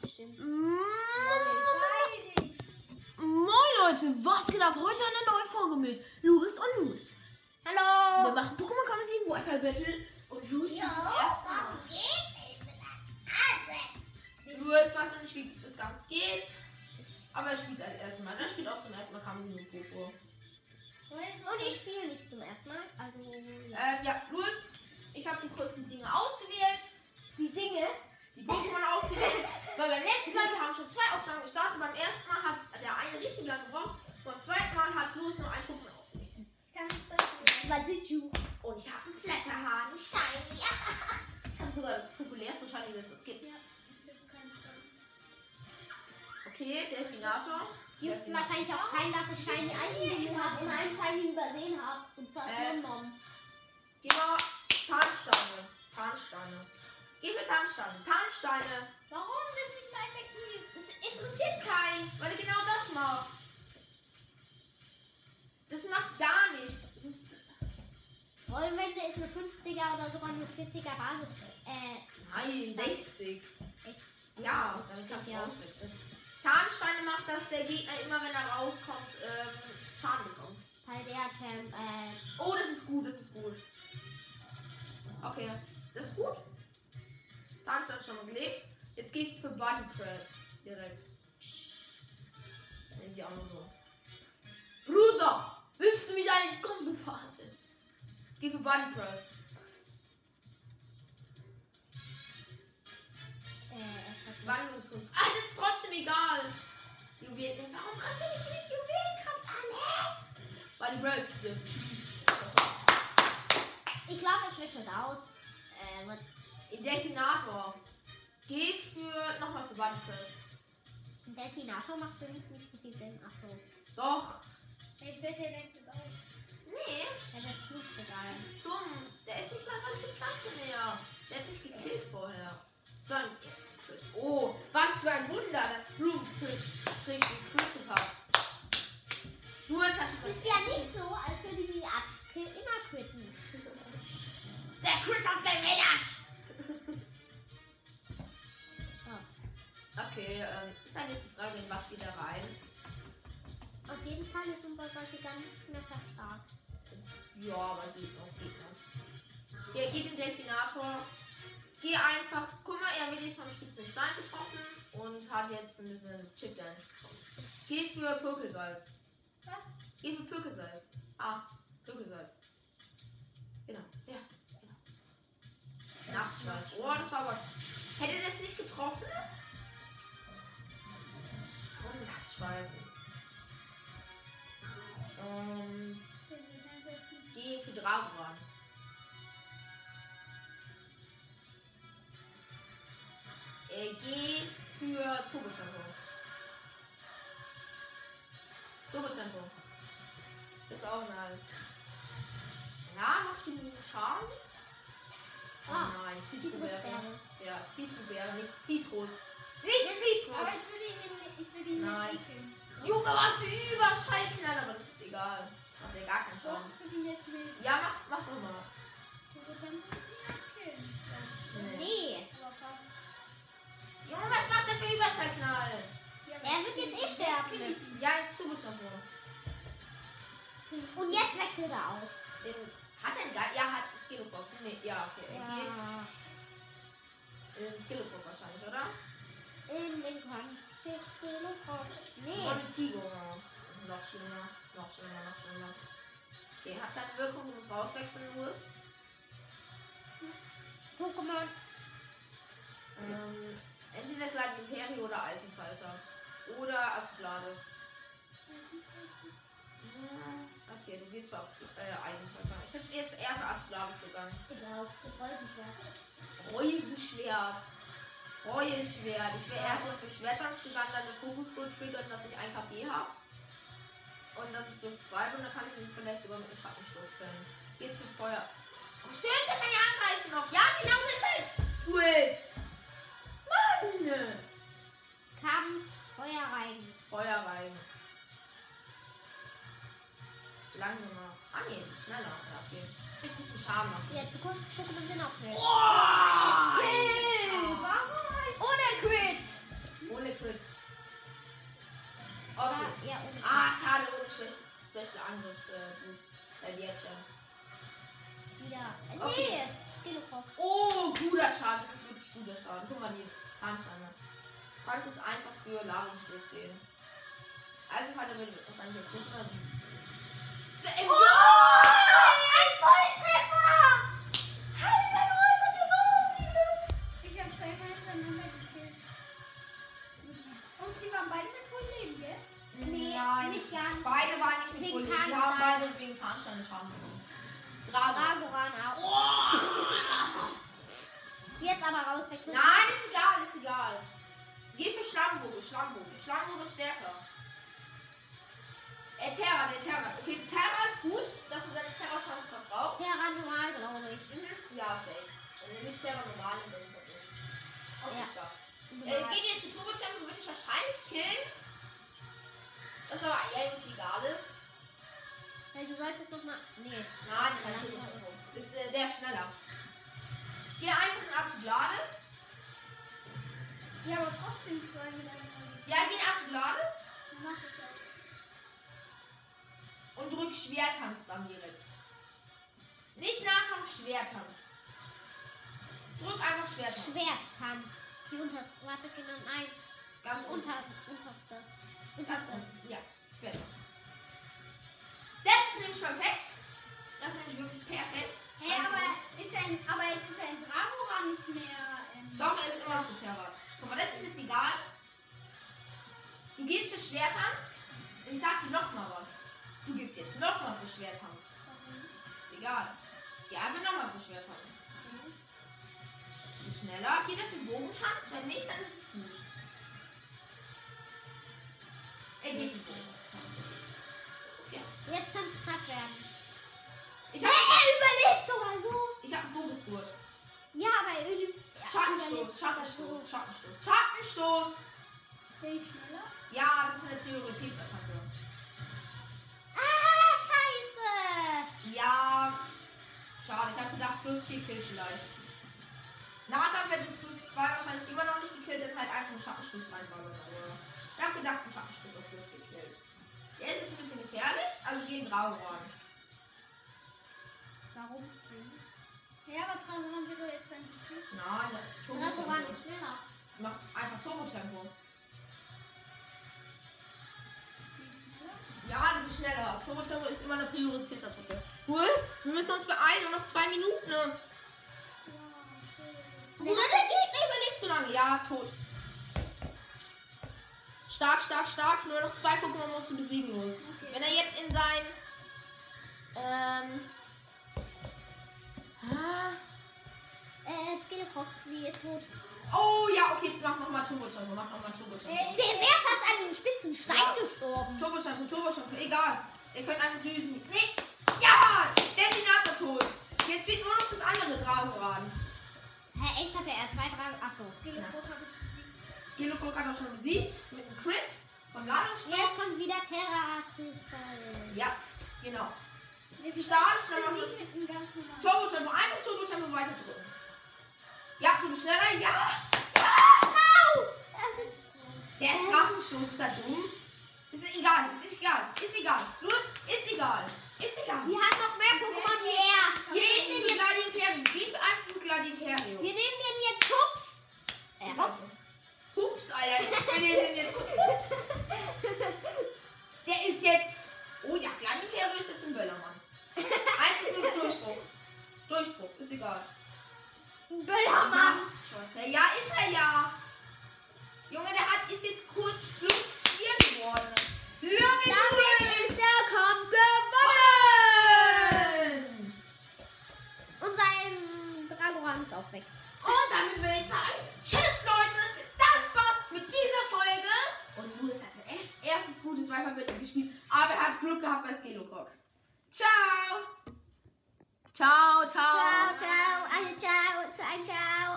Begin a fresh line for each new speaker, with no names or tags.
bestimmt.
Freilich.
Moin Leute, was geht ab? Heute eine neue Folge mit Luris und Luz. Wir
Hallo.
machen Pokémon Kommen Sie Wi-Fi Battle und Luz
Jo,
wird zum ersten Mal.
warum geht denn mit der
Luz weiß noch nicht, wie das Ganze geht, aber er spielt als erstes Mal. Er spielt auch zum ersten Mal Kommen Sie Popo.
Nase? Und ich spiele nicht zum ersten Mal. Also, ja.
Ähm, ja, Luz, ich habe die kurzen Dinge ausgewählt,
Die Dinge.
die Pokémon ausgewählt, weil beim letzten Mal, wir haben schon zwei Aufnahmen gestartet, beim ersten Mal hat der eine richtig lange gebraucht, beim zweiten Mal hat Luz nur ein Pokémon ausgewählt.
Das kann ich sagen. Was ist du?
Und ich habe einen Flatterhahn, einen Shiny. Ich habe sogar das populärste Shiny, das es gibt. Okay, Delfinator.
Juckt wahrscheinlich auch keinen, dass ich Shiny Eisenmüll habe und einen Shiny übersehen habe. Und zwar
Äh.
ist Mom.
Genau, Tarnsteine. Tarnsteine. Geh für Tarnsteine. Tarnsteine.
Warum? Das ist nicht mal effektiv.
Das interessiert keinen, weil er genau das macht. Das macht gar nichts. Das ist,
Rollwende ist eine 50er oder sogar eine 40er Basis. Äh,
nein, 60.
Echt?
Ja, dann kannst du
Ja.
auswechseln. Tarnsteine macht, dass der Gegner immer, wenn er rauskommt, ähm, Schaden bekommt.
Paldea Champ. Äh,
Oh, das ist gut, das ist gut. Okay, das ist gut. Darmstadt schon mal gelegt. Jetzt geht für Body Press direkt. Nennen sie auch nur so. Bruder, willst du mich eigentlich Kumpel verarschen? Geh für Body Press.
äh, erstmal.
Wandlungskunst. Ah, das ist trotzdem egal. Juwelen. Warum kannst du mich mit Juwelenkraft an? hä? Body Press.
Ich glaube, es wechselt aus. Äh, wird
Definator. Geh für. nochmal für Body Press.
ein Delfinator macht für mich nicht so viel Sinn. Ach so.
Doch.
Ich bitte wechselt aus.
Nee,
Er setzt Flugregal.
das ist dumm. Der ist nicht mal von der Pflanze näher. Der hat mich gekillt vorher. Son, jetzt gekillt. Oh, was für ein Wunder, dass Bloom Trick gekillt hat. Nur ist das schon
Ist ja nicht so, als würde die Attacke immer quitten.
Der Crit hat gewinnert.
So.
Okay, ähm, ist halt jetzt die Frage, in was geht da rein?
Auf jeden Fall ist unser Säugiger nicht mehr sehr stark.
Ja, aber geht noch, geht noch. Der geht in Delfinator. Geh einfach, guck mal, er wird jetzt vom spitzen Stein getroffen und hat jetzt ein bisschen Chip Damage bekommen. Geh für Pökelsalz.
Was?
Geh für Pökelsalz. Ah, Pökelsalz. Genau, ja, genau. Nassschweiß. Oh, das war aber. Hätte das nicht getroffen? Oh, Nassschweif. Ähm. Geh für Dragoran. Äh, geh für Turbotempo. Turbotempo. Ist auch nice. Na, macht genug Schaden? Oh
Ah,
nein, Zitrusbeere.
Zitrusbeere.
Ja, Zitrusbeere, nicht Zitrus. Nicht Zitrus!
will ihn nämlich, ich will
ihn nicht Nein. Junge, was für Überschalten! Nein, aber das ist egal. Macht ja gar keinen Schaden.
ich will ihn jetzt mit
Ja, mach, mach doch mal.
Nee,
Junge, was macht das für Überschallknall?
er wird jetzt eh sterben.
Ja, jetzt Turbotempo.
Und jetzt wechselt er aus.
Den, hat er einen Geist? Ja, hat Skillopop. Nee, ja, okay. Er
Ja.
geht in den Skillopop wahrscheinlich, oder?
In den Konflikt. Nee.
Ohne Tigor. Noch schlimmer, noch schlimmer, noch schlimmer. Okay, hat keine Wirkung, du musst rauswechseln, Louis.
Pokémon.
Ähm, entweder Klein Imperio oder Eisenfalter. Oder Azugladus. Hm, Okay, du gehst für Azug äh, Eisenfalter. Ich bin jetzt eher für Azugladus gegangen.
Ich glaube, ich weiß nicht mehr.
Reusenschwert. Reueschwert. Ich wäre erstmal für Schwertanz gegangen, dann den Fokusgurt triggern, dass ich 1 KP habe. Und dass ich plus 2 bin, dann kann ich ihn vielleicht sogar mit einem Schattenstoß fällen. Jetzt für Feuer. Oh, stimmt, der kann ja angreifen noch. Ja, genau deshalb. Quiz. Mann.
Kampf, Feuer rein.
Feuer rein. Langsamer. Ah, nee, schneller. Ja, okay. Das wird guten Schaden machen.
Ja, Zukunfts-Pokémon sind auch schnell.
Oh,
Skill.
Warum heißt Ohne Crit! Ah, Special Angriffs-Boost bei Vietchen.
Wieder. Äh, Nee,
Okay.
Skeletor.
Oh, guter Schaden. Das ist wirklich guter Schaden. Guck mal, die Tarnsteine. Kannst jetzt einfach für Lavenstöß gehen. Also, hat er wird wahrscheinlich jetzt nicht mehr sehen. Ey,
Oh, Ein Volltreffer! Heiliger Louis hat ja so viele.
Ich habe zweimal hintereinander gekillt. Und sie waren beide mit voll Leben, gell?
Nee,
Nein.
nicht ganz.
Beide waren nicht mit
Wegen
Bulli. Die haben
Tarnsteine.
beide wegen Tarnsteine Schaden bekommen. Drago.
Dragorana. Oh.
Oh.
Jetzt aber rauswechseln.
Nein, ist egal, ist egal. Geh für Schlammbogen, Schlammbogen. Schlammbogen ist stärker. Äh, Terra, der Terra. Okay, Terra ist gut, dass er seine Terra-Schaden verbraucht.
Terra normal, glaube ich.
Mhm. Ja, safe. Wenn du nicht Terra normal nimmst, dann ist okay. Okay,
Ja.
stark. Äh,
Normal.
geht jetzt zu Turbo Champion, würde ich wahrscheinlich killen. Das aber eigentlich egal ist.
Hey, Äh, du solltest noch mal. Nee.
Nein, kein Turbo Champion. Ist, äh, der ist schneller. Geh einfach in Arzt Gladys.
Ja, aber trotzdem zwei mit einem
Ja, geh in Arzt Gladys.
Mach ich auch.
und drück Schwertanz dann direkt. Nicht Nahkampf, Schwertanz. Drück einfach Schwertanz.
Schwerttanz. Die unterste. Warte, genau. Nein.
Ganz unten.
Unter, unterste.
Ganz
Unterste.
unten. Ja, Schwertanz. Das ist nämlich perfekt. Das ist nämlich wirklich perfekt.
Hey,
Also,
aber, ist ein, aber jetzt ist ein Dragora nicht mehr. Ähm,
Doch, er ist immer noch geterrert. Guck mal, das ist jetzt egal. Du gehst für Schwertanz und ich sag dir nochmal was. Du gehst jetzt nochmal für Schwertanz.
Mhm.
Ist egal. Geh einfach nochmal für Schwertanz.
Mhm.
Ist schneller, geht auf den Bogentanz. Wenn nicht, dann ist es gut. Er geht den Bogentanz. Ist okay.
Jetzt kannst du knapp werden.
Ich hab, hey,
Jetzt sogar so.
ich hab einen Fokusgurt.
Ja, aber er übt. ja,
Schattenstoß,
überlebt sogar
Schattenstoß,
so.
Schattenstoß, Schattenstoß.
Bin ich schneller?
Ja, das ist eine Prioritätsattacke.
Ah, scheiße.
Ja. Schade, ich habe gedacht, plus 4 Kill vielleicht. Nahkampf hätte ich plus 2 wahrscheinlich immer noch nicht gekillt, dann halt einfach einen Schattenstoß reinballern. Aber ich habe gedacht, ein Schattenstoß auf plus 4 killt. Der ist jetzt ein bisschen gefährlich, also gehen Drau ran.
Warum?
Mhm.
Ja, aber Dragora wird doch jetzt ein bisschen.
Nein, das
Resoran
Turbo-Tempo.
ist schneller.
Mach einfach Turbo-Tempo.
Bin ich schneller?
Ja, das ist schneller. Turbo-Tempo ist immer eine Prioritätsattacke. Ruiz, wir müssen uns beeilen, nur noch 2 Minuten.
Ja, okay.
Bruder, der Gegner überlebt so lange. Ja, tot. Stark, stark, stark. Nur noch zwei Pokémon musst du besiegen los.
Okay.
Wenn er jetzt in sein. Ähm. ah,
Äh, Skeletor, wie ist tot.
Oh ja, okay, mach nochmal Turbo Turbo, mach nochmal Turbo Turbo.
Der wäre fast an den spitzen Stein
Ja.
gestorben.
Turbo Shampoo, Turbo Shampoo, egal. Ihr könnt einfach düsen. Nee. Ja! Der Finator tot. Jetzt fehlt nur noch das andere Dragoran.
Hä, echt hatte er zwei Dragen. Achso.
Skeletor habe ich besiegt.
Skelokok hat auch schon besiegt. Mit einem Crit. Von Ladungsstoß.
Jetzt kommt wieder Terra Kristall.
Ja, genau.
Nee, wie
Stark,
gesagt,
schneller,
Ich besiegt mit einem ganz normalen.
Turbo Tempo, einfach Turbo Tempo weiter drücken. Ja, du bist schneller, ja!
Das ist.
Der ist Drachenstoß, ist er dumm? Ist egal, ist egal, ist egal. Los, ist egal, ist egal.
Die hat noch mehr Pokémon wie er.
Hier ist die Gladi Imperium. Wie viel einfach für Gladi Imperium?
Wir nehmen den jetzt Hups. Äh,
Ist
Hups.
Hups, Alter. Wir nehmen den jetzt kurz. Hups. Der ist jetzt. Oh ja, Gladi Imperium ist jetzt ein Böllermann. Eins ist nur Durchbruch. Durchbruch, ist egal.
Böllermann.
Ja, ja, ist er ja. Junge, der hat ist jetzt kurz plus 4 geworden. Junge, du bist
Der kommt
gewonnen!
Und sein ähm, Dragoran ist auch weg.
Und damit würde ich sagen, tschüss Leute, das war's mit dieser Folge. Und Louis hatte echt erstes gutes Weifermittel gespielt, aber er hat Glück gehabt bei Skelokrock. Ciao!
Oh.
Ciao, ciao!
also Ciao, ciao, alle ciao, zu einem ciao.